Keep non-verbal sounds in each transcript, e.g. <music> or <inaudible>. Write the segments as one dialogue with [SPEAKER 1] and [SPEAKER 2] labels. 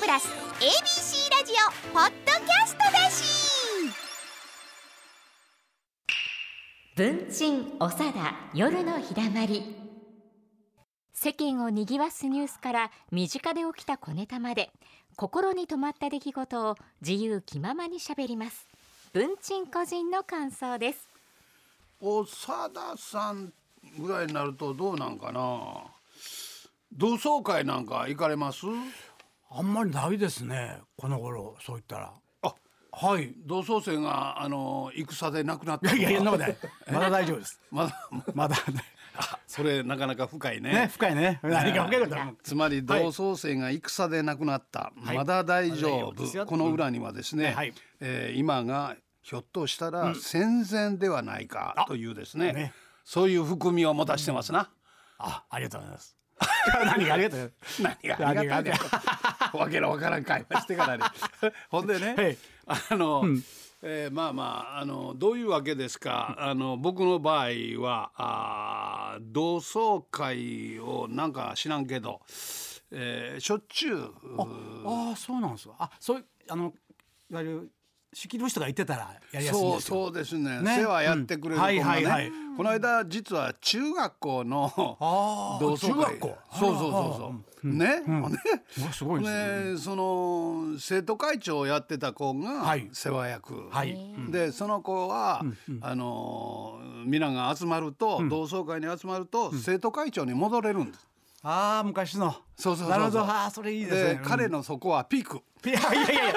[SPEAKER 1] プラス ABC ラジオポッドキャストだし
[SPEAKER 2] 文鎮おさだ夜のひだまり世間をにぎわすニュースから身近で起きた小ネタまで心に留まった出来事を自由気ままにしゃべります文鎮個人の感想です
[SPEAKER 3] 長田さんぐらいになるとどうなんかな同窓会なんか行かれます
[SPEAKER 4] あんまりないですねこの頃そう言ったら
[SPEAKER 3] あ
[SPEAKER 4] はいい
[SPEAKER 3] 同窓生があの戦で亡くなった
[SPEAKER 4] やいやいやそんなこと
[SPEAKER 3] だ
[SPEAKER 4] ないまだ大丈夫です
[SPEAKER 3] まだ
[SPEAKER 4] まだ
[SPEAKER 3] それなかなか深いね
[SPEAKER 4] ね深いね何か深いことは
[SPEAKER 3] つまり同窓生が戦で亡くなった、
[SPEAKER 4] い
[SPEAKER 3] まだ大丈
[SPEAKER 4] まだ大丈夫
[SPEAKER 3] 夫、
[SPEAKER 4] ですよ
[SPEAKER 3] この裏にはですね、
[SPEAKER 4] ねはい
[SPEAKER 3] えー今がひょっとしたら戦前ではないかというですね,、
[SPEAKER 4] ね
[SPEAKER 3] そういう含みを持たしてますな、
[SPEAKER 4] あありがとうございます何がありがとうございま
[SPEAKER 3] <laughs>
[SPEAKER 4] す
[SPEAKER 3] 何がありがたいね <laughs> わけのわからん会話してからに <laughs> ほんでね、
[SPEAKER 4] <laughs> はい
[SPEAKER 3] あの、えーまあまああのどういうわけですかあの僕の場合はあー同窓会をなんか知らんけど、えーしょっちゅう
[SPEAKER 4] ああそうなんですかあそういうあのいわゆる式の人が言ってたらやりやすいん
[SPEAKER 3] そ
[SPEAKER 4] で
[SPEAKER 3] う
[SPEAKER 4] す
[SPEAKER 3] そ
[SPEAKER 4] よ
[SPEAKER 3] うですね
[SPEAKER 4] ね
[SPEAKER 3] 世話やってくれる子がね、
[SPEAKER 4] うんはいはいはい
[SPEAKER 3] この間実は中学校の
[SPEAKER 4] あー
[SPEAKER 3] 同窓会
[SPEAKER 4] 中学校
[SPEAKER 3] そうそうそうそう、ね、ね
[SPEAKER 4] うわすごいですね
[SPEAKER 3] ね、その生徒会長をやってた子が
[SPEAKER 4] はい
[SPEAKER 3] 世話役、
[SPEAKER 4] はい
[SPEAKER 3] でその子は、あの皆が集まると、同窓会に集まると、生徒会長に戻れるんです。
[SPEAKER 4] ああ昔の
[SPEAKER 3] そうそうそうそう
[SPEAKER 4] なるほどああそれいいですね
[SPEAKER 3] で彼のそこはピーク。
[SPEAKER 4] いやいや
[SPEAKER 3] <laughs>
[SPEAKER 4] いや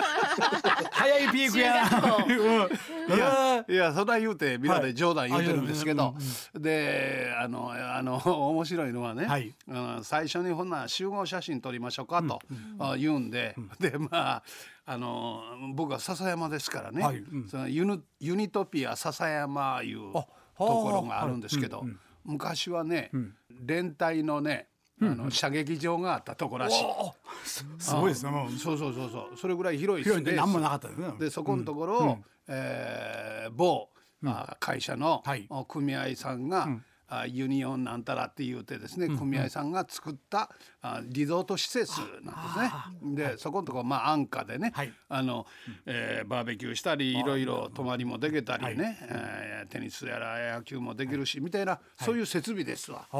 [SPEAKER 4] 早いピークやな <laughs> うんいや
[SPEAKER 3] いやそれは言うて皆
[SPEAKER 4] は
[SPEAKER 3] で
[SPEAKER 4] い
[SPEAKER 3] 冗談言うてるんですけ
[SPEAKER 4] あ
[SPEAKER 3] ど、であのあの <laughs> 面白いのはね、
[SPEAKER 4] はい
[SPEAKER 3] うん最初にほんなら集合写真撮りましょうかと、あ言うんで、でまああの僕は笹山ですからね、
[SPEAKER 4] はいうん
[SPEAKER 3] そのユニユニトピア笹山いう
[SPEAKER 4] あは
[SPEAKER 3] と
[SPEAKER 4] あ
[SPEAKER 3] ころがあるんですけど、昔はね、連隊のねあの射撃場があったとこらしい。
[SPEAKER 4] おすすごいですねもう
[SPEAKER 3] そうそうそうそうそれぐらい広いスペース
[SPEAKER 4] 広いんで何もなかったですね
[SPEAKER 3] でそこのところを、えー某、まあ、会社の、
[SPEAKER 4] はい
[SPEAKER 3] お組合さんが、あユニオンなんたらって言うてですね、組合さんが作ったあリゾート施設なんですね。で、そこのところまあ安価でね、
[SPEAKER 4] はい
[SPEAKER 3] あの、えーバーベキューしたりいろいろ泊まりもできたりね、えーテニスやら野球もできるし、みたいなそういう設備ですわ。
[SPEAKER 4] お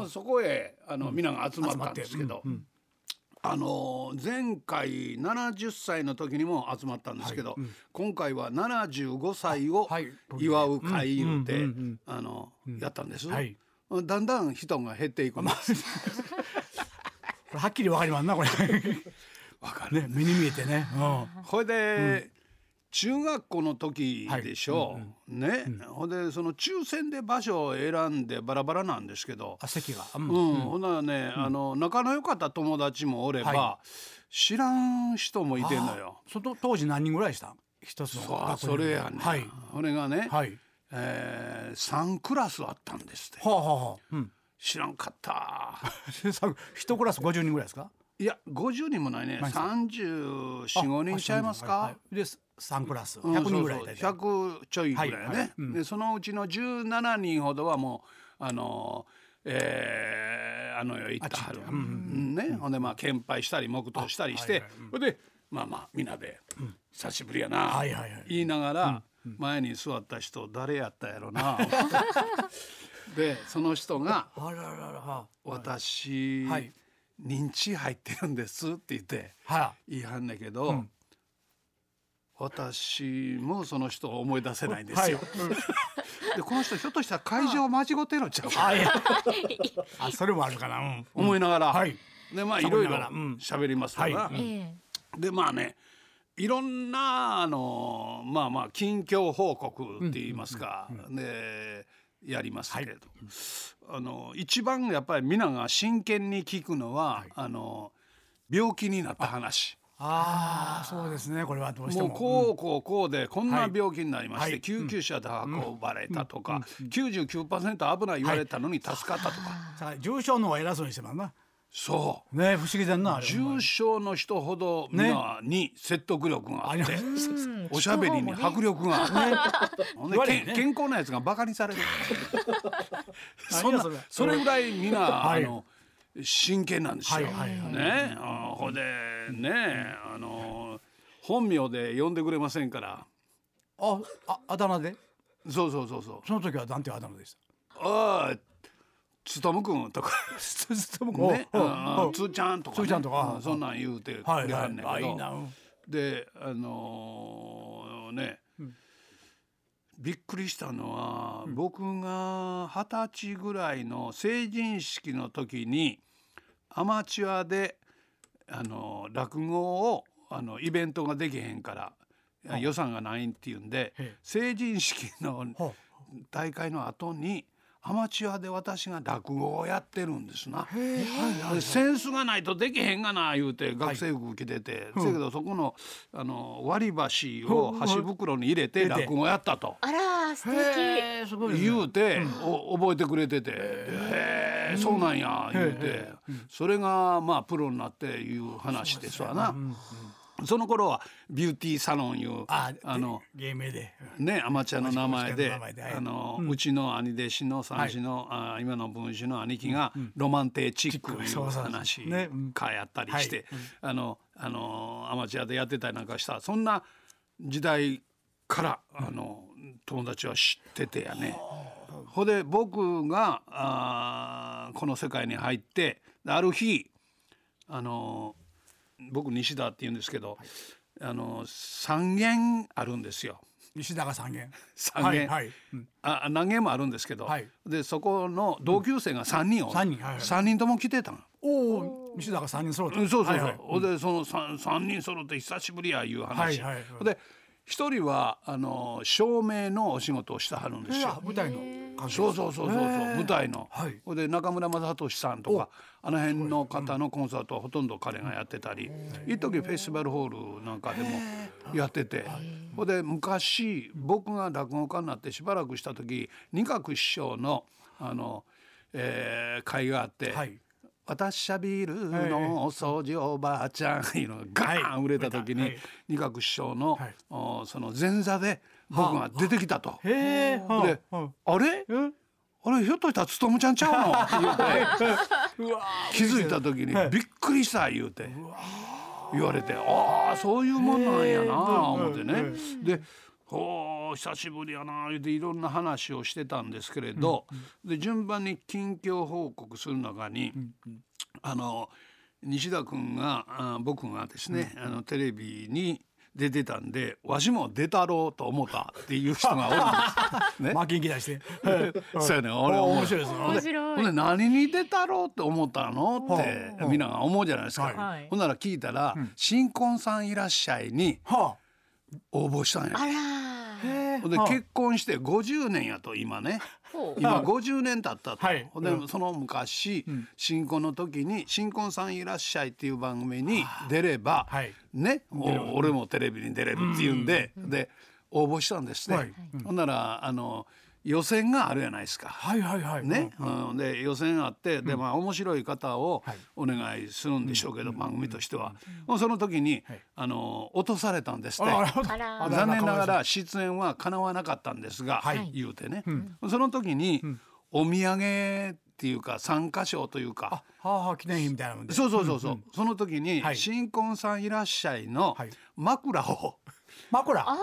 [SPEAKER 3] もうそこへあの皆が集まったんですけ
[SPEAKER 4] 集ま
[SPEAKER 3] ど、あの前回70歳の時にも集まったんですけど、今回は75歳を
[SPEAKER 4] はい
[SPEAKER 3] 祝う会言う
[SPEAKER 4] うん
[SPEAKER 3] て
[SPEAKER 4] うんうんうん
[SPEAKER 3] あのやったんです、
[SPEAKER 4] はい
[SPEAKER 3] だんだん人が減っていくんです、
[SPEAKER 4] これはっきりわかります
[SPEAKER 3] <laughs>
[SPEAKER 4] なこれわかるね目に見えてねうん
[SPEAKER 3] これで、中学校の時でしょう、ね、ほんでその抽選で場所を選んでバラバラなんですけど、
[SPEAKER 4] あ席がうん
[SPEAKER 3] うん、ほなね、あの仲の良かった友達もおれば、
[SPEAKER 4] は
[SPEAKER 3] 知らん人もいてんのよ。
[SPEAKER 4] その当時何人ぐらいした一つの
[SPEAKER 3] そう
[SPEAKER 4] 学
[SPEAKER 3] そ
[SPEAKER 4] 年
[SPEAKER 3] れやね。
[SPEAKER 4] はい
[SPEAKER 3] これがね、
[SPEAKER 4] はい
[SPEAKER 3] えー、3クラスあったんですって。
[SPEAKER 4] はあはあはあうん
[SPEAKER 3] 知らんかった。
[SPEAKER 4] さ一クラス50人ぐらいですか
[SPEAKER 3] いや、50人もないね。34、5人ちゃいますか。
[SPEAKER 4] はいはいで三クラス
[SPEAKER 3] うん
[SPEAKER 4] 100人ぐらい
[SPEAKER 3] そうそ
[SPEAKER 4] 大
[SPEAKER 3] う
[SPEAKER 4] 体
[SPEAKER 3] 100ちょいぐらいね、
[SPEAKER 4] はいはいうん
[SPEAKER 3] でそのうちの17人ほどはもうあのえーあの世へ行ったはる、ねほんでまあ献杯したり黙祷したりして、
[SPEAKER 4] はいはい
[SPEAKER 3] それでまあまあみんなで「久しぶりやな」
[SPEAKER 4] はいはいはい
[SPEAKER 3] 言いながら、前に座った人誰やったやろ
[SPEAKER 4] <laughs>
[SPEAKER 3] なでその人が
[SPEAKER 4] あらららら
[SPEAKER 3] 「私、
[SPEAKER 4] はい
[SPEAKER 3] 認知入ってるんです」って言って。
[SPEAKER 4] は
[SPEAKER 3] 言いはんねんけど、
[SPEAKER 4] ん
[SPEAKER 3] 私もその人を思い出せないん
[SPEAKER 4] い
[SPEAKER 3] ですよ。
[SPEAKER 4] うん
[SPEAKER 3] でこの人ひょっとしたら会場間違ってるんちゃうか
[SPEAKER 4] あいやあそれもあるかなうん
[SPEAKER 3] 思いながら、
[SPEAKER 4] はい
[SPEAKER 3] でまあい
[SPEAKER 4] 喋
[SPEAKER 3] ろい
[SPEAKER 4] り
[SPEAKER 3] ろ
[SPEAKER 4] ながらうん
[SPEAKER 3] 喋りますから、
[SPEAKER 4] は
[SPEAKER 3] でまあねいろんなあのまあまあ近況報告って言いますか、でやりますけれど、あの一番やっぱり皆が真剣に聞くのは、あの病気になった話。
[SPEAKER 4] ああそうですねこれはどうして
[SPEAKER 3] もう
[SPEAKER 4] も
[SPEAKER 3] こうこうこうでこんな
[SPEAKER 4] はい
[SPEAKER 3] 病気になりまして、
[SPEAKER 4] はい
[SPEAKER 3] 救急車で運ばれたとか、99%危ない言われたのに助かったとか、
[SPEAKER 4] うんさあ重症の方が偉そうにしてますな
[SPEAKER 3] そう
[SPEAKER 4] ね不思議だなあれ
[SPEAKER 3] 重症の人ほど皆に説得力があ
[SPEAKER 4] あ
[SPEAKER 3] っ
[SPEAKER 4] り
[SPEAKER 3] て、
[SPEAKER 4] ます
[SPEAKER 3] おしゃべりに迫力があって、ほんで
[SPEAKER 4] 悪い
[SPEAKER 3] けん
[SPEAKER 4] ね
[SPEAKER 3] 健康なやつがバカにされるそんな
[SPEAKER 4] 何や
[SPEAKER 3] それぐらい皆、
[SPEAKER 4] はい
[SPEAKER 3] あの真剣なんですよ。
[SPEAKER 4] はいはいはい
[SPEAKER 3] ね、あのほんでねえあの本名で呼んでくれませんから
[SPEAKER 4] あああだ名で
[SPEAKER 3] そうそうそうそう
[SPEAKER 4] その時はなんていうあだ名でし
[SPEAKER 3] 「ああつとむくん」とか
[SPEAKER 4] たずっと
[SPEAKER 3] 「
[SPEAKER 4] 僕
[SPEAKER 3] ね
[SPEAKER 4] おう
[SPEAKER 3] あ
[SPEAKER 4] お
[SPEAKER 3] あ
[SPEAKER 4] う
[SPEAKER 3] つーちゃん」とかね、
[SPEAKER 4] つーちゃんとか
[SPEAKER 3] うそんなん言うてくれ
[SPEAKER 4] はいは
[SPEAKER 3] はいんねんけど、
[SPEAKER 4] あいいなうん
[SPEAKER 3] であのーね、
[SPEAKER 4] ん
[SPEAKER 3] びっくりしたのは、僕が二十歳ぐらいの成人式の時にアマチュアで、あのー落語をあのイベントができへんから、予算がないっていうんで
[SPEAKER 4] へえ
[SPEAKER 3] 成人式の
[SPEAKER 4] ほ
[SPEAKER 3] 大会の後にアマチュアで私が落語をやってるんですな。
[SPEAKER 4] うへえ
[SPEAKER 3] でセンスがないとできへんがな言うて学生服着てて、せやけどそこのあの割り箸を箸袋に入れて
[SPEAKER 4] 入れて
[SPEAKER 3] 落語やったと
[SPEAKER 2] あら素敵
[SPEAKER 4] へえすごいですね
[SPEAKER 3] 言うて、お覚えてくれてて「へえそうなんや」言うてそれがまあプロになっていう話ですわな。その頃はビューティーサロンいう
[SPEAKER 4] あ
[SPEAKER 3] あの
[SPEAKER 4] の芸名で
[SPEAKER 3] ね、アマチュアの名前で
[SPEAKER 4] アマチュアの名前ではい
[SPEAKER 3] あの、うちの兄弟子の三子の、あ今の分子の兄貴がロマンテチックいう
[SPEAKER 4] そうそう
[SPEAKER 3] 話
[SPEAKER 4] ねうん
[SPEAKER 3] かやったりして、あのあのアマチュアでやってたりなんかしたそんな時代からあの友達は知っててやね。ほんで僕があーこの世界に入ってある日あの僕西田って言うんですけどあの3軒あるんですよ。
[SPEAKER 4] 西田が三軒
[SPEAKER 3] 三軒
[SPEAKER 4] はいはいうん
[SPEAKER 3] あ何軒もあるんですけど、
[SPEAKER 4] はい
[SPEAKER 3] でそこの同級生が3人を、
[SPEAKER 4] 三人はいはい
[SPEAKER 3] 三人とも来てたの。
[SPEAKER 4] おお西田が三人揃った
[SPEAKER 3] うんそうそうそう、
[SPEAKER 4] はいはい
[SPEAKER 3] ほんでその 3, 三人揃って久しぶりやいう話、
[SPEAKER 4] はいはい
[SPEAKER 3] ほんで一人はあの照明のお仕事をしてはるんです
[SPEAKER 4] いや
[SPEAKER 3] よ。
[SPEAKER 4] 舞台の関係
[SPEAKER 3] そうそうそうそうそう舞台の、
[SPEAKER 4] はい
[SPEAKER 3] ほんで中村雅俊さんとかあの辺の方のコンサートはほとんど彼がやってたり一時フェスティバルホールなんかでもやっててほんで昔僕が落語家になってしばらくした時仁鶴師匠のあの、えー会があって。
[SPEAKER 4] はい
[SPEAKER 3] 私しゃビールのお掃除おばあちゃんいうのがガーン売れた時
[SPEAKER 4] は
[SPEAKER 3] に
[SPEAKER 4] い
[SPEAKER 3] 仁鶴師匠の
[SPEAKER 4] はい
[SPEAKER 3] おその前座で僕が出てきたと。
[SPEAKER 4] へえ
[SPEAKER 3] で「
[SPEAKER 4] うん
[SPEAKER 3] あれ
[SPEAKER 4] うん
[SPEAKER 3] あれひょっとしたらつとむちゃんちゃうの?」って
[SPEAKER 4] <laughs>
[SPEAKER 3] 言うて
[SPEAKER 4] うわ
[SPEAKER 3] 気づいた時に
[SPEAKER 4] は
[SPEAKER 3] 「
[SPEAKER 4] い
[SPEAKER 3] びっくりした」言うて言われて「ああそういうもんなんや
[SPEAKER 4] へえ
[SPEAKER 3] な」思って
[SPEAKER 4] う
[SPEAKER 3] ね
[SPEAKER 4] ん。
[SPEAKER 3] で「ほう久しぶりやな」言うていろんな話をしてたんですけれどで順番に近況報告する中にあの西田君があ僕がですねあのテレビに出てたんでわしも出たろうと思ったっていう人がおるんです。ね
[SPEAKER 4] マーキンギ出して <laughs>
[SPEAKER 3] そうやね俺
[SPEAKER 4] お
[SPEAKER 3] 思う
[SPEAKER 4] 面白いですね
[SPEAKER 3] ほんでほんで何に出たろうって思ったのってみんなが思うじゃないですか、
[SPEAKER 2] はい
[SPEAKER 3] ほんなら聞いたら「新婚さんいらっしゃい」に
[SPEAKER 4] は
[SPEAKER 3] 応募したん
[SPEAKER 2] あ
[SPEAKER 3] や
[SPEAKER 2] ら
[SPEAKER 4] あへえ
[SPEAKER 3] ほんで
[SPEAKER 4] はあ
[SPEAKER 3] 結婚して50年やと今ね
[SPEAKER 2] ほう
[SPEAKER 3] 今
[SPEAKER 4] はい
[SPEAKER 3] 50年経ったと、
[SPEAKER 4] はい
[SPEAKER 3] ほんで
[SPEAKER 4] うん
[SPEAKER 3] その昔、新婚の時に「新婚さんいらっしゃい」っていう番組に出れば、
[SPEAKER 4] はい
[SPEAKER 3] ねお俺もテレビに出れるっていうんで、で応募したんですね、
[SPEAKER 4] はい
[SPEAKER 3] ほんならあの予選があるじゃないですか。
[SPEAKER 4] はいはいはい
[SPEAKER 3] ね、うん、で予選あってでまあ面白い方を
[SPEAKER 4] はい
[SPEAKER 3] お願いするんでしょうけど、番組としては、その時に、
[SPEAKER 4] はい
[SPEAKER 3] あの落とされたんですって。
[SPEAKER 2] あら
[SPEAKER 4] あ
[SPEAKER 3] 残念ながら出演は叶わなかったんですが、
[SPEAKER 4] はい
[SPEAKER 3] 言うてね、その時に、お土産っていうか参加賞というか
[SPEAKER 4] はあはあ記念碑みたいなもんで
[SPEAKER 3] そうそうそうそう、その時に、
[SPEAKER 4] はい
[SPEAKER 3] 新婚さんいらっしゃい」の
[SPEAKER 4] はい
[SPEAKER 3] 枕を、
[SPEAKER 4] 枕
[SPEAKER 2] ああ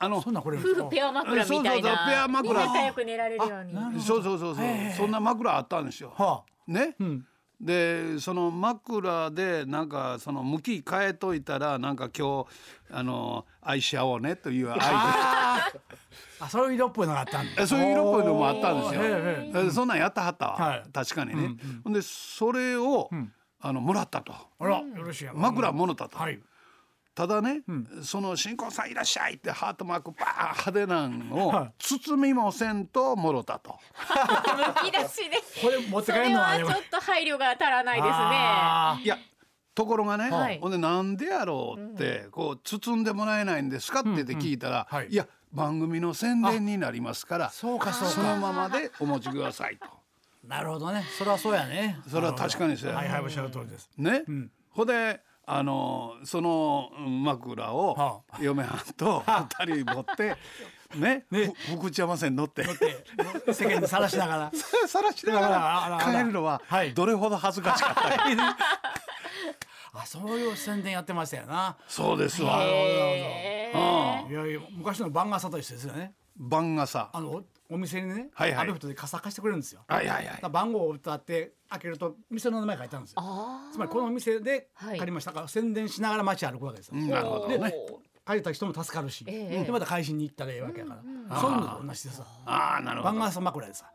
[SPEAKER 3] あの
[SPEAKER 4] そんなんこれ
[SPEAKER 2] <laughs> 夫婦ペア枕みたい
[SPEAKER 3] そうそうそうペ
[SPEAKER 2] な
[SPEAKER 3] ア
[SPEAKER 2] みん
[SPEAKER 3] 枕
[SPEAKER 2] な仲良く寝られるように
[SPEAKER 4] なるほど
[SPEAKER 3] そうそうそうそう
[SPEAKER 4] へえ
[SPEAKER 3] そんな枕あったんですよ。
[SPEAKER 4] は
[SPEAKER 3] ね、
[SPEAKER 4] ん
[SPEAKER 3] でその枕でなんかその向き変えといたらなんか今日あの愛し合おうねという愛
[SPEAKER 4] <laughs> あああそういう色っぽいのがあったんだ
[SPEAKER 3] えそういう色っぽいのもあったんですよ
[SPEAKER 4] おーへえへ
[SPEAKER 3] えそんなんやったはったわ、
[SPEAKER 4] はい
[SPEAKER 3] 確かにね、ほんでそれを、あのもらったと
[SPEAKER 4] あらよろしいやん
[SPEAKER 3] 枕もろたと、
[SPEAKER 4] はい
[SPEAKER 3] ただね、その「新婚さんいらっしゃい」ってハートマークバーン派手なん
[SPEAKER 4] は
[SPEAKER 3] を
[SPEAKER 4] い
[SPEAKER 3] 包みもせんともろたと。
[SPEAKER 2] むき出しで
[SPEAKER 4] これ持っ
[SPEAKER 2] そ
[SPEAKER 4] て帰る
[SPEAKER 2] れ
[SPEAKER 4] のは
[SPEAKER 2] は
[SPEAKER 4] あ
[SPEAKER 2] ち
[SPEAKER 4] れ
[SPEAKER 2] ょ
[SPEAKER 4] は
[SPEAKER 2] っと配慮が足らないですね
[SPEAKER 4] あ
[SPEAKER 3] いやところがね、
[SPEAKER 2] はい
[SPEAKER 3] ほんでなんでやろうって、こう包んでもらえないんですかって言って聞いたら、
[SPEAKER 4] うんはい
[SPEAKER 3] い、や番組の宣伝になりますから
[SPEAKER 4] ーそうかそう
[SPEAKER 3] その
[SPEAKER 4] か
[SPEAKER 3] ままでお持ちくださいと。
[SPEAKER 4] なるほどねそれはそうやね
[SPEAKER 3] それは確かにそうや
[SPEAKER 4] なるほどはいはいおっしゃる通りです
[SPEAKER 3] ね、ほんであのそのうん枕を
[SPEAKER 4] は
[SPEAKER 3] 嫁はんと二人持
[SPEAKER 4] <laughs>
[SPEAKER 3] ってねふ福知山線に乗って。 <laughs>
[SPEAKER 4] 世間にさらしながら
[SPEAKER 3] さらしなが
[SPEAKER 4] あらあらあ
[SPEAKER 3] ら
[SPEAKER 4] ら
[SPEAKER 3] 帰るのは
[SPEAKER 4] はい
[SPEAKER 3] どれほど恥ずかしかったか、
[SPEAKER 4] あそういう宣伝やってましたよな。
[SPEAKER 3] そうですわ。
[SPEAKER 2] へー
[SPEAKER 4] いやいや昔の晩傘と一緒ですよね。
[SPEAKER 3] 番傘。
[SPEAKER 4] あのお店にね、
[SPEAKER 3] はいはい
[SPEAKER 4] アルフトで傘貸してくれるんですよ。
[SPEAKER 3] はいはいは
[SPEAKER 4] だ
[SPEAKER 3] い
[SPEAKER 4] から。番号を歌って開けると店の名前書いてあるんですよ。
[SPEAKER 2] あ
[SPEAKER 4] つまりこのお店で
[SPEAKER 2] はい
[SPEAKER 4] 借りましたから宣伝しながら街歩くわけですよ。
[SPEAKER 3] うんなるほど
[SPEAKER 4] で
[SPEAKER 3] ね。
[SPEAKER 4] 借りた人も助かるし、
[SPEAKER 2] ええ
[SPEAKER 4] でまた返しに行ったらいいわけやから、そういうのと同じでさ
[SPEAKER 3] ああなるほ
[SPEAKER 4] 晩
[SPEAKER 3] ど。
[SPEAKER 4] 傘枕でさ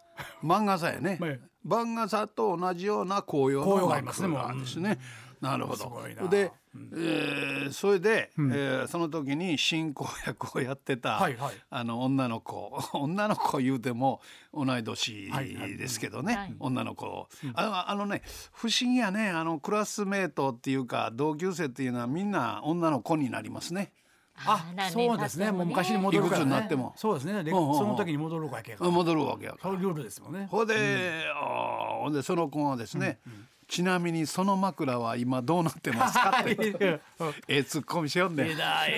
[SPEAKER 3] 漫画さやね
[SPEAKER 4] はい。
[SPEAKER 3] 漫画さと同じような紅葉の
[SPEAKER 4] 紅葉がありますね
[SPEAKER 3] 枕ですね。なるほ
[SPEAKER 4] すごい
[SPEAKER 3] ど。
[SPEAKER 4] な
[SPEAKER 3] で、えーそれで、えーその時に進行役をやってた、
[SPEAKER 4] はいはい
[SPEAKER 3] あの女の子、 <laughs> 女の子言うても同い年ですけどね、
[SPEAKER 2] はい
[SPEAKER 3] 女の子。あのあのね不思議やねあのクラスメートっていうか同級生っていうのはみんな女の子になりますね。
[SPEAKER 4] あ
[SPEAKER 2] 何年経って
[SPEAKER 4] そうですねもう昔に
[SPEAKER 3] い
[SPEAKER 4] 戻る
[SPEAKER 3] く
[SPEAKER 4] か
[SPEAKER 3] つ
[SPEAKER 4] ら、ね、
[SPEAKER 3] になっても
[SPEAKER 4] そうですねで
[SPEAKER 3] うんうんうん
[SPEAKER 4] その時に戻るわけやから、
[SPEAKER 3] 戻るわけやから
[SPEAKER 4] そういうルールですもんね
[SPEAKER 3] ほんで、あーほんでその子はですね、ちなみにその枕は今どうなってますか <laughs> っ
[SPEAKER 4] い <laughs> い
[SPEAKER 3] て
[SPEAKER 4] な
[SPEAKER 3] ええツッコミしよんね
[SPEAKER 4] いいなう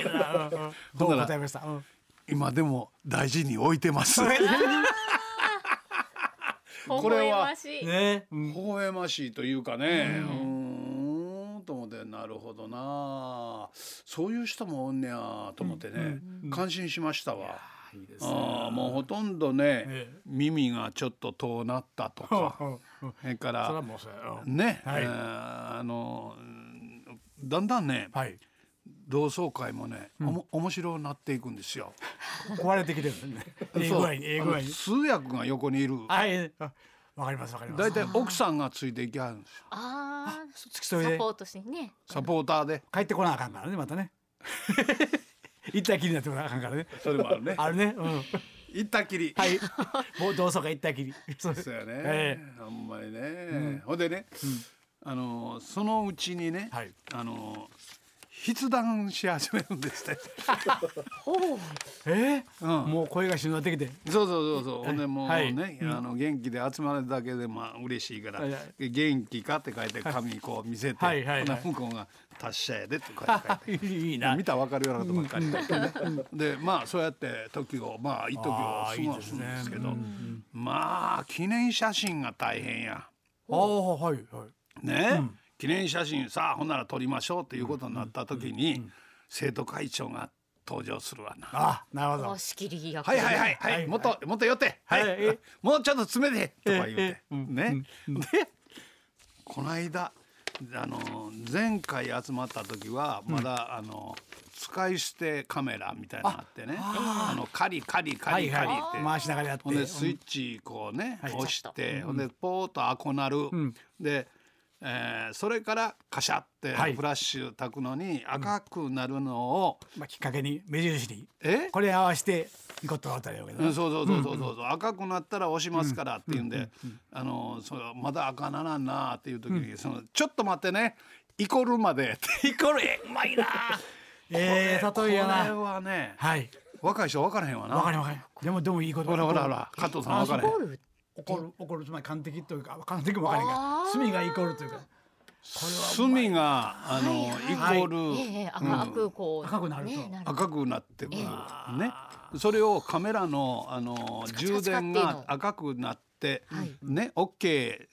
[SPEAKER 4] んどう答えました、うん
[SPEAKER 3] 今でも大事に置いてます
[SPEAKER 2] ー
[SPEAKER 3] <laughs> これ
[SPEAKER 2] 微笑
[SPEAKER 3] は
[SPEAKER 2] ましい
[SPEAKER 4] ね、うん
[SPEAKER 3] 微笑ましいというかねうーんと思ってなるほどなそういう人もおんねやと思ってね、感心しましたわ。
[SPEAKER 4] いいですね
[SPEAKER 3] あーもうほとんどね、
[SPEAKER 4] ええ
[SPEAKER 3] 耳がちょっと遠なったと <laughs> か
[SPEAKER 4] うんうんうん
[SPEAKER 3] それか
[SPEAKER 4] それは
[SPEAKER 3] ら
[SPEAKER 4] もうそれ、うん
[SPEAKER 3] ね、
[SPEAKER 4] はい
[SPEAKER 3] えーあのうんだんだんね、
[SPEAKER 4] はい
[SPEAKER 3] 同窓会もね、おも面白になっていくんですよ。
[SPEAKER 4] 壊れてきてるんですねええ具
[SPEAKER 3] <laughs> そう
[SPEAKER 4] 合にええ具合
[SPEAKER 3] あの
[SPEAKER 4] に
[SPEAKER 3] 通訳が横にいる。
[SPEAKER 4] はいあわかりますわかりま
[SPEAKER 3] だ
[SPEAKER 4] す
[SPEAKER 3] いたい奥さんがついていきはるんですよ。
[SPEAKER 2] あー
[SPEAKER 4] 付き添い
[SPEAKER 2] サ
[SPEAKER 4] で
[SPEAKER 2] ポートしにね
[SPEAKER 3] サポーターで。
[SPEAKER 4] 帰ってこなあかんからねまたね <laughs> 行ったきりになってもなあかんからね
[SPEAKER 3] それもあるね
[SPEAKER 4] あれねうん
[SPEAKER 3] 行ったきり。
[SPEAKER 4] はい。もう同窓会行ったきり。そうです
[SPEAKER 3] そうやね。
[SPEAKER 4] え
[SPEAKER 3] あんまりね。ほんでね、あのそのうちにね、
[SPEAKER 4] はい
[SPEAKER 3] あの筆談し始めるんですって。
[SPEAKER 4] ええ
[SPEAKER 3] うん
[SPEAKER 4] もう声がしなってきて。
[SPEAKER 3] そうそうそうそう。ほんでもうね、
[SPEAKER 4] はい
[SPEAKER 3] あの元気で集まれるだけでまあ嬉しいから、
[SPEAKER 4] はいは
[SPEAKER 3] で
[SPEAKER 4] い
[SPEAKER 3] 元気かって書いて紙こう見せて、
[SPEAKER 4] はいはいはい
[SPEAKER 3] ほな向こうが達者やでって書いて書いて。
[SPEAKER 4] いいな
[SPEAKER 3] 見。たら分かるようなことばっかりでまあそうやって時をまあ一時を
[SPEAKER 4] あー
[SPEAKER 3] 過
[SPEAKER 4] いい
[SPEAKER 3] ご
[SPEAKER 4] ですす
[SPEAKER 3] ん
[SPEAKER 4] ね
[SPEAKER 3] ですけどまあ記念写真が大変や
[SPEAKER 4] ああはいはい。
[SPEAKER 3] ね、記念写真さあほんなら撮りましょうっていうことになった時に生徒会長が登場するわな。
[SPEAKER 4] あなるほ
[SPEAKER 2] あ
[SPEAKER 4] ど。
[SPEAKER 2] 仕切り役
[SPEAKER 3] はいはいはいはい、
[SPEAKER 4] はい
[SPEAKER 3] もっともっと寄って、はい、
[SPEAKER 4] はいえ
[SPEAKER 3] <laughs> もうちょっと詰めてとか言うて、
[SPEAKER 4] ええうん
[SPEAKER 3] ね、でこの間あの前回集まった時はまだ、あの使い捨てカメラみたいなのあってねあのカリカリカ
[SPEAKER 4] は
[SPEAKER 3] リ
[SPEAKER 4] い
[SPEAKER 3] カリって、
[SPEAKER 4] はい。回しながらやって。
[SPEAKER 3] ほんでスイッチこうね、
[SPEAKER 4] はい
[SPEAKER 3] 押して、ほんでポーッとあこなる、
[SPEAKER 4] ん
[SPEAKER 3] で、えーそれからカシャって
[SPEAKER 4] はい
[SPEAKER 3] フラッシュ焚くのに赤くなるのを、
[SPEAKER 4] まあきっかけに目印に
[SPEAKER 3] え
[SPEAKER 4] これ合わせていこうと思ったらいいわけだ
[SPEAKER 3] う、。
[SPEAKER 4] なん
[SPEAKER 3] そうそうそうそうそう、赤くなったら押しますからっていうんで、あのそれまだ赤ならんなっていう時に、そのちょっと待ってねイコールまで <laughs> イコールえうま <laughs> いな
[SPEAKER 4] ええ例えや
[SPEAKER 3] これ
[SPEAKER 4] な。
[SPEAKER 3] はね
[SPEAKER 4] はい。
[SPEAKER 3] 若い人分からへんわな
[SPEAKER 4] わかりわかり。でもでもいいこと。
[SPEAKER 3] ほらほらほら加藤さん分からへん
[SPEAKER 2] ル
[SPEAKER 4] 怒る怒るつまり完璧というか完璧もわからへん
[SPEAKER 2] あ
[SPEAKER 4] が
[SPEAKER 2] ー
[SPEAKER 4] 隅がイコールというか
[SPEAKER 3] 隅があの、イコール、
[SPEAKER 2] ええ赤くこう
[SPEAKER 4] 赤くなると
[SPEAKER 2] ねなる
[SPEAKER 3] 赤くなってくる、ねそれをカメラのあの
[SPEAKER 2] チカ
[SPEAKER 3] 充
[SPEAKER 2] チカってい
[SPEAKER 3] 電
[SPEAKER 2] うの
[SPEAKER 3] が赤くなって、ね OK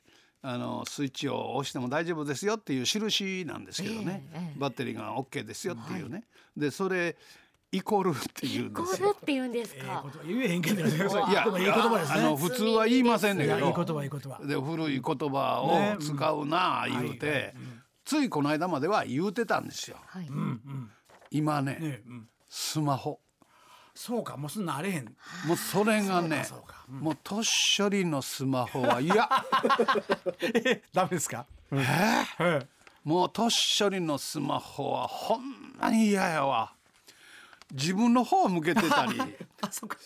[SPEAKER 3] あのスイッチを押しても大丈夫ですよっていう印なんですけどね、
[SPEAKER 2] ええええ
[SPEAKER 3] バッテリーが OK ですよっていうね、でそれイコールっていうん
[SPEAKER 2] イコ
[SPEAKER 3] です
[SPEAKER 2] ール
[SPEAKER 3] よ
[SPEAKER 2] っ。て言うんです
[SPEAKER 4] ええ
[SPEAKER 2] か
[SPEAKER 4] ことは言えへんけどね。それ
[SPEAKER 3] いや
[SPEAKER 4] でもいい言葉です
[SPEAKER 3] あの
[SPEAKER 4] ね。
[SPEAKER 3] 普通は言いませんね
[SPEAKER 4] い
[SPEAKER 3] んけ
[SPEAKER 4] やいい
[SPEAKER 3] ど
[SPEAKER 4] 言葉いい言葉。
[SPEAKER 3] で古い言葉を使うなあ
[SPEAKER 4] ねうん
[SPEAKER 3] 言うて、
[SPEAKER 4] はいはい
[SPEAKER 3] ついこの間までは言うてたんですよ。
[SPEAKER 2] はい
[SPEAKER 3] 今ね
[SPEAKER 4] ねえうん
[SPEAKER 3] スマホ
[SPEAKER 4] そうかもうそんなんあれへん。
[SPEAKER 3] もうそれがね
[SPEAKER 4] そうか
[SPEAKER 3] もう年寄りのスマホはい
[SPEAKER 4] <laughs>
[SPEAKER 3] や
[SPEAKER 4] ダメですか。
[SPEAKER 3] もう年寄りのスマホはほんまに嫌やわ自分の方を向けて
[SPEAKER 4] <laughs>
[SPEAKER 3] たり
[SPEAKER 4] あそうか。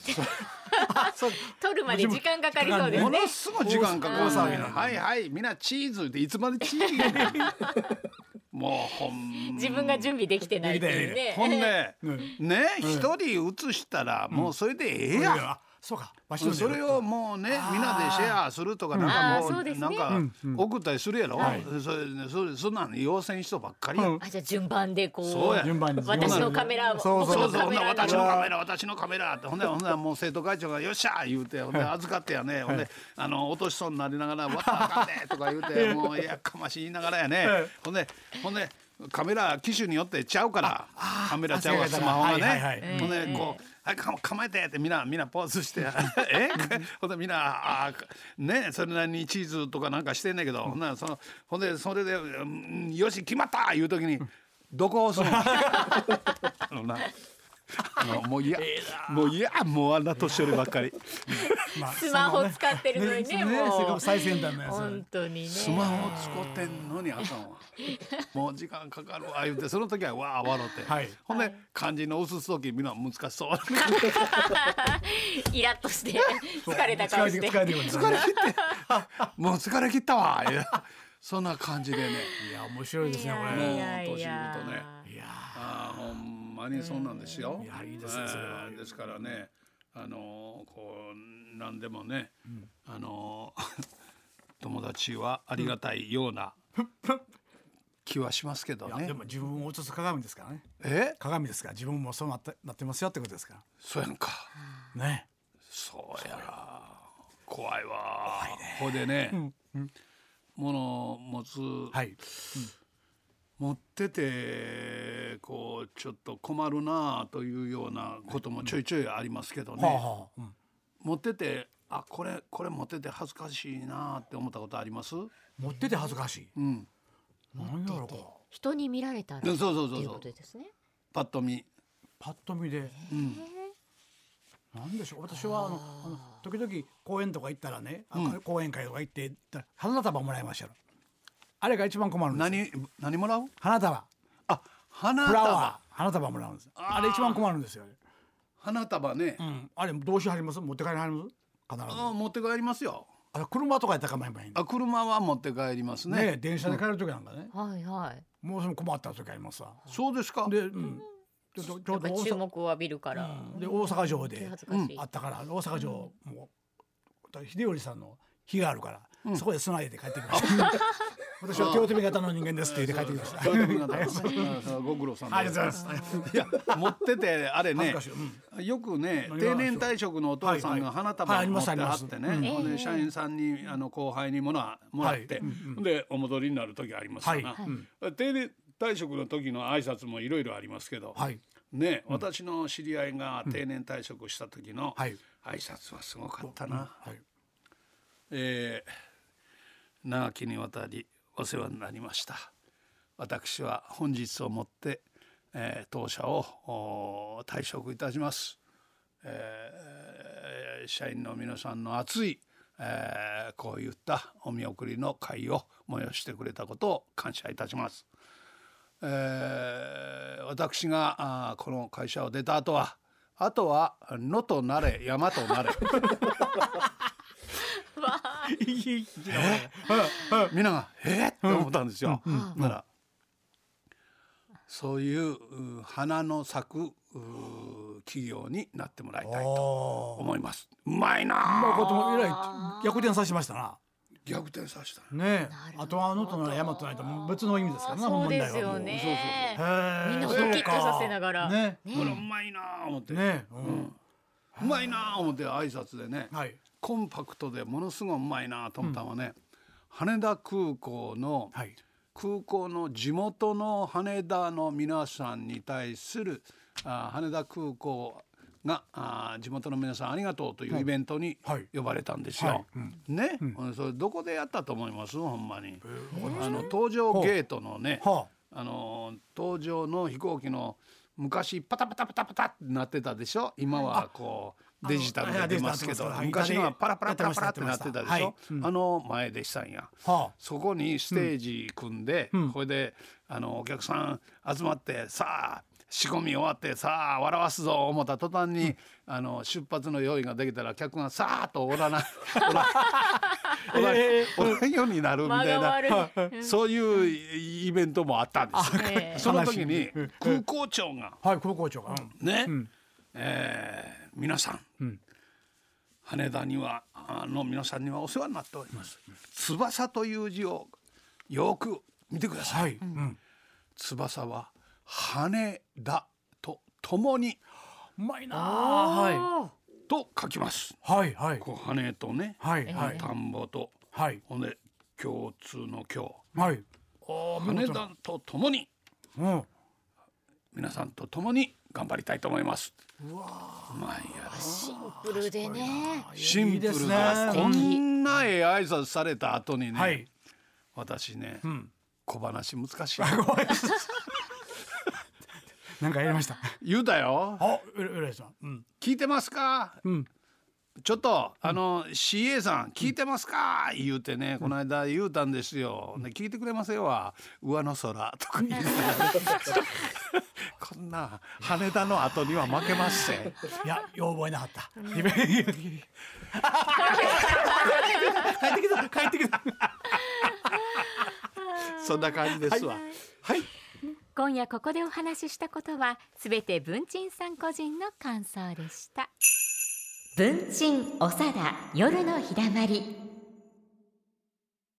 [SPEAKER 2] 取るまで時間かかりそうです
[SPEAKER 3] も
[SPEAKER 2] ね
[SPEAKER 3] のすごい時間かかる
[SPEAKER 4] 大
[SPEAKER 3] わ
[SPEAKER 4] 騒
[SPEAKER 3] け
[SPEAKER 4] ぎ
[SPEAKER 3] なはいはいみんなチーズでいつまでチーズ
[SPEAKER 4] <laughs>
[SPEAKER 3] 言うてもうほん
[SPEAKER 2] 自分が準備できてないっていうね
[SPEAKER 3] ほんで
[SPEAKER 4] うん
[SPEAKER 3] ね一人写したらもうそれでええやん
[SPEAKER 4] あそうか。わし
[SPEAKER 3] そ
[SPEAKER 4] の
[SPEAKER 3] れをもうねみんなでシェアするとかなんかも
[SPEAKER 2] あーそうですね
[SPEAKER 3] なんか送ったりするやろ、
[SPEAKER 4] はい
[SPEAKER 3] それねそれそんなの要請人ばっかりや、
[SPEAKER 4] うん
[SPEAKER 2] あじゃあ順番でこう
[SPEAKER 3] そうや
[SPEAKER 4] 順番に
[SPEAKER 2] 私のカメラを
[SPEAKER 4] そうそう
[SPEAKER 3] そう
[SPEAKER 2] 僕
[SPEAKER 3] そう、ほんなら
[SPEAKER 2] のカメ
[SPEAKER 3] 私
[SPEAKER 2] ラ
[SPEAKER 3] の
[SPEAKER 2] を
[SPEAKER 3] カメラ、私のカメラって、ほんで、ほんならもう生徒会長がよっしゃー言うて、ほんで預かってやね、ほんで、あの落としそうになりながら、わったらあかんでとか言うて、もうやっかましい言いながらやね。ほんで、ほんで、カメラ機種によってちゃうからカメラちゃうわ
[SPEAKER 4] あ
[SPEAKER 3] スマホがね、
[SPEAKER 4] はいはいはい
[SPEAKER 3] ほんでこう「はいか構えて」ってみんなみんなポーズして <laughs> 「えほんでみんなあーねそれなりにチーズとかなんかしてんねんけど、ほんならそのほんでそれでうん「よし決まった!」いう時に「どこ押すの? <laughs> あのな」あのもういや、もういやもうあんな年寄りばっかり。
[SPEAKER 4] まあ
[SPEAKER 5] スマホ使ってるのにねもう
[SPEAKER 4] せっかく最先端のやつ
[SPEAKER 5] 本当にね
[SPEAKER 3] スマホ使ってんのにあかんわもう時間かかるわ言うてその時はわあ笑って、
[SPEAKER 4] はい
[SPEAKER 3] ほんで漢字の写す時みんな難しそう
[SPEAKER 5] イラッとして疲れた顔して
[SPEAKER 4] 疲れてくるんですね
[SPEAKER 3] <laughs> もう疲れ切った <laughs> わ言うてそんな感じでね
[SPEAKER 4] いや面白いですねこ
[SPEAKER 3] もう
[SPEAKER 4] れ
[SPEAKER 3] 年言うとね
[SPEAKER 4] いや
[SPEAKER 3] あーほんまにそうなんですよ、
[SPEAKER 4] いやいいですねそれは
[SPEAKER 3] えーですからねあのーこう何でもね、あの <laughs> ー友達はありがたいような気はしますけど
[SPEAKER 4] ーいや
[SPEAKER 3] ね
[SPEAKER 4] でも自分を映す鏡ですからね
[SPEAKER 3] え
[SPEAKER 4] 鏡ですから自分もそうなってなってますよってことですか
[SPEAKER 3] そうやんか
[SPEAKER 4] らね
[SPEAKER 3] そうやら怖いわほいでね、物を持つ、
[SPEAKER 4] はい
[SPEAKER 3] 持っててこうちょっと困るなあというようなこともちょいちょいありますけどね、
[SPEAKER 4] はあはあうん
[SPEAKER 3] 持っててあこれこれ持ってて恥ずかしいなあって思ったことあります
[SPEAKER 4] 持ってて恥ずかしい
[SPEAKER 3] うん
[SPEAKER 4] 何やろうか
[SPEAKER 2] 人に見られたらってい
[SPEAKER 3] そ
[SPEAKER 2] うう
[SPEAKER 3] そうそうそう
[SPEAKER 2] ことですね
[SPEAKER 3] パッと見
[SPEAKER 4] パッと見で
[SPEAKER 3] うん
[SPEAKER 4] なんでしょう私はあのあの時々公園とか行ったらね、あ講演会とか行って行ったら花束もらいましたよあれが一番困るんですよ
[SPEAKER 3] 何何もらう
[SPEAKER 4] 花束
[SPEAKER 3] あ花
[SPEAKER 4] フラ
[SPEAKER 3] 束
[SPEAKER 4] ワー花束もらうんですあれ一番困るんですよ、
[SPEAKER 3] 花束ね、
[SPEAKER 4] うん、あれどうしはります持って帰りはります必ず
[SPEAKER 3] あ持って帰りますよ
[SPEAKER 4] あれ車とかやったら構えばいいんだ
[SPEAKER 3] あ車は持って帰ります
[SPEAKER 4] ね
[SPEAKER 3] ね
[SPEAKER 4] え電車で帰る時なんかね、
[SPEAKER 2] はいはい
[SPEAKER 4] もうその困った時ありますわ
[SPEAKER 3] そうですか
[SPEAKER 4] で、うん、ちょっとちょ
[SPEAKER 5] や
[SPEAKER 4] う
[SPEAKER 5] っ
[SPEAKER 4] ど
[SPEAKER 5] ぱ
[SPEAKER 4] 大
[SPEAKER 5] 注
[SPEAKER 4] 阪
[SPEAKER 5] 目を浴びるから
[SPEAKER 4] で大阪城で
[SPEAKER 5] 気恥ずかしい
[SPEAKER 4] あったから大阪城もう秀頼さんの日があるから、そこで備えて帰ってき
[SPEAKER 5] <laughs>
[SPEAKER 4] ました。 <laughs> 私は京都味方の人間ですって言って帰ってきま
[SPEAKER 3] <laughs>
[SPEAKER 4] した。<laughs>
[SPEAKER 3] そういうことなんだそうご苦労さんで
[SPEAKER 4] ありがとうございます。
[SPEAKER 3] いや持っててあれ
[SPEAKER 4] 恥ず
[SPEAKER 3] ね
[SPEAKER 4] かしい。うん
[SPEAKER 3] よくね
[SPEAKER 4] 何が
[SPEAKER 3] 定年退職のお父さんが
[SPEAKER 4] はいはい
[SPEAKER 3] 花
[SPEAKER 4] はい
[SPEAKER 3] 束
[SPEAKER 4] あ
[SPEAKER 3] を
[SPEAKER 4] り
[SPEAKER 3] 持
[SPEAKER 4] ま
[SPEAKER 3] っ
[SPEAKER 4] す
[SPEAKER 3] てあっ
[SPEAKER 4] あ
[SPEAKER 3] て
[SPEAKER 4] ります
[SPEAKER 3] ねほんで社員さんにあの後輩にものはもらって
[SPEAKER 4] はいうん
[SPEAKER 3] でお戻りになる時ありますよな
[SPEAKER 4] はいうん
[SPEAKER 3] 定年退職の時の挨拶もいろいろありますけど
[SPEAKER 4] はい。
[SPEAKER 3] ね私の知り合いが定年退職した時の
[SPEAKER 4] はい
[SPEAKER 3] 挨拶はすごかったな。
[SPEAKER 4] はい。
[SPEAKER 3] えー長きにわたりお世話になりました私は本日をもって、えー当社をお退職いたします、えー社員の皆さんの熱い、えーこういったお見送りの会を催してくれたことを感謝いたしますえー私があーこの会社を出た後はあとは野となれ山となれみんなが「えっ?」って思ったんですよ。だからそういうう花の咲くう企業になってもらいたいと
[SPEAKER 4] おお。
[SPEAKER 3] 思います。うまいな
[SPEAKER 4] まあ
[SPEAKER 3] あ
[SPEAKER 4] こともえらい逆転させましたな。
[SPEAKER 3] 逆転させた。
[SPEAKER 4] ねえ。あとはあのとなら山とないともう別の意味ですからな
[SPEAKER 5] そう
[SPEAKER 4] 本題
[SPEAKER 5] で
[SPEAKER 4] は
[SPEAKER 5] すよね
[SPEAKER 4] もうへえ。
[SPEAKER 5] みんなをドキッとさせながら
[SPEAKER 4] ね
[SPEAKER 3] これうまいなあ思って、
[SPEAKER 4] え。ねえ。うん。
[SPEAKER 3] うまいなあ思って挨拶でね、
[SPEAKER 4] はい。
[SPEAKER 3] コンパクトでものすごいうまいなあと思ったのはね、羽田空港の
[SPEAKER 4] はい。
[SPEAKER 3] 空港の地元の羽田の皆さんに対するあー羽田空港があー地元の皆さんありがとうというイベントに
[SPEAKER 4] はい
[SPEAKER 3] 呼ばれたんですよ。
[SPEAKER 4] はい
[SPEAKER 3] ね、それどこでやったと思いますほんまに。あの搭乗ゲートのね、
[SPEAKER 4] は
[SPEAKER 3] あの搭乗の飛行機の昔パタパタパタパタってなってたでしょ今はこう
[SPEAKER 4] あの
[SPEAKER 3] デジタルで出ますけど
[SPEAKER 4] はいはい
[SPEAKER 3] 昔のはパラパラパラパラってな
[SPEAKER 4] や
[SPEAKER 3] っ
[SPEAKER 4] ってて
[SPEAKER 3] た
[SPEAKER 4] ました
[SPEAKER 3] でし
[SPEAKER 4] や
[SPEAKER 3] ょ
[SPEAKER 4] ってましたはいうん
[SPEAKER 3] あの前でしたんや。
[SPEAKER 4] あ。は
[SPEAKER 3] そこにステージ組んで、
[SPEAKER 4] うん
[SPEAKER 3] これであのお客さん集まってさあ仕込み終わってさあ笑わすぞ思った途端に、あの出発の用意ができたら客がさあっとおらなおらおら,、おらんようになるみた
[SPEAKER 5] 間が悪
[SPEAKER 3] い
[SPEAKER 5] い
[SPEAKER 3] な <laughs> そういうイベントもあったんですよ。
[SPEAKER 5] ええ
[SPEAKER 3] その時に
[SPEAKER 4] 悲しい
[SPEAKER 3] 空港長が
[SPEAKER 4] あ。はい空港長が。うん
[SPEAKER 3] ね、えー皆さん、
[SPEAKER 4] ん
[SPEAKER 3] 羽田にはあの皆さんにはお世話になっております、翼という字をよく見てください、
[SPEAKER 4] はい。うん。
[SPEAKER 3] 翼は羽田とともに
[SPEAKER 4] うまいなあ。
[SPEAKER 3] と書きます
[SPEAKER 4] はい。はい。
[SPEAKER 3] こう羽とね、
[SPEAKER 4] はい。はい。
[SPEAKER 3] 田んぼと
[SPEAKER 4] はい。
[SPEAKER 3] ほんで共通の今日
[SPEAKER 4] はい。おお、見
[SPEAKER 3] 羽
[SPEAKER 4] 事な。
[SPEAKER 3] 田とともに
[SPEAKER 4] うん。
[SPEAKER 3] 皆さんと共に頑張りたいと思います。
[SPEAKER 4] うわ
[SPEAKER 3] まあいいや
[SPEAKER 5] シンプルでね。
[SPEAKER 4] ー
[SPEAKER 3] シ
[SPEAKER 4] い
[SPEAKER 3] ン
[SPEAKER 4] い
[SPEAKER 3] プ
[SPEAKER 4] で
[SPEAKER 3] ル
[SPEAKER 4] す
[SPEAKER 3] なこ
[SPEAKER 4] ね。
[SPEAKER 3] んなええ挨拶された後にね、
[SPEAKER 4] はい。
[SPEAKER 3] 私ね
[SPEAKER 4] うん。
[SPEAKER 3] 小話難しい
[SPEAKER 4] なんかやりました。
[SPEAKER 3] 言うたよ
[SPEAKER 4] あ、うらうらいさん。うん。
[SPEAKER 3] 聞いてますか
[SPEAKER 4] うん。
[SPEAKER 3] ちょっとあの CA さん聞いてますか言うてねこの間言うたんですよね聞いてくれますよは上の空とか言うて
[SPEAKER 4] <laughs>
[SPEAKER 3] こんな羽田の後には負けますせ
[SPEAKER 4] いや、よう覚えなかった。 <laughs> 帰ってきた。帰ってきた。
[SPEAKER 3] そんな感じですわはい
[SPEAKER 2] 今夜ここでお話ししたことはすべて文鎮さん個人の感想でした文鎮おさだ夜のひだまり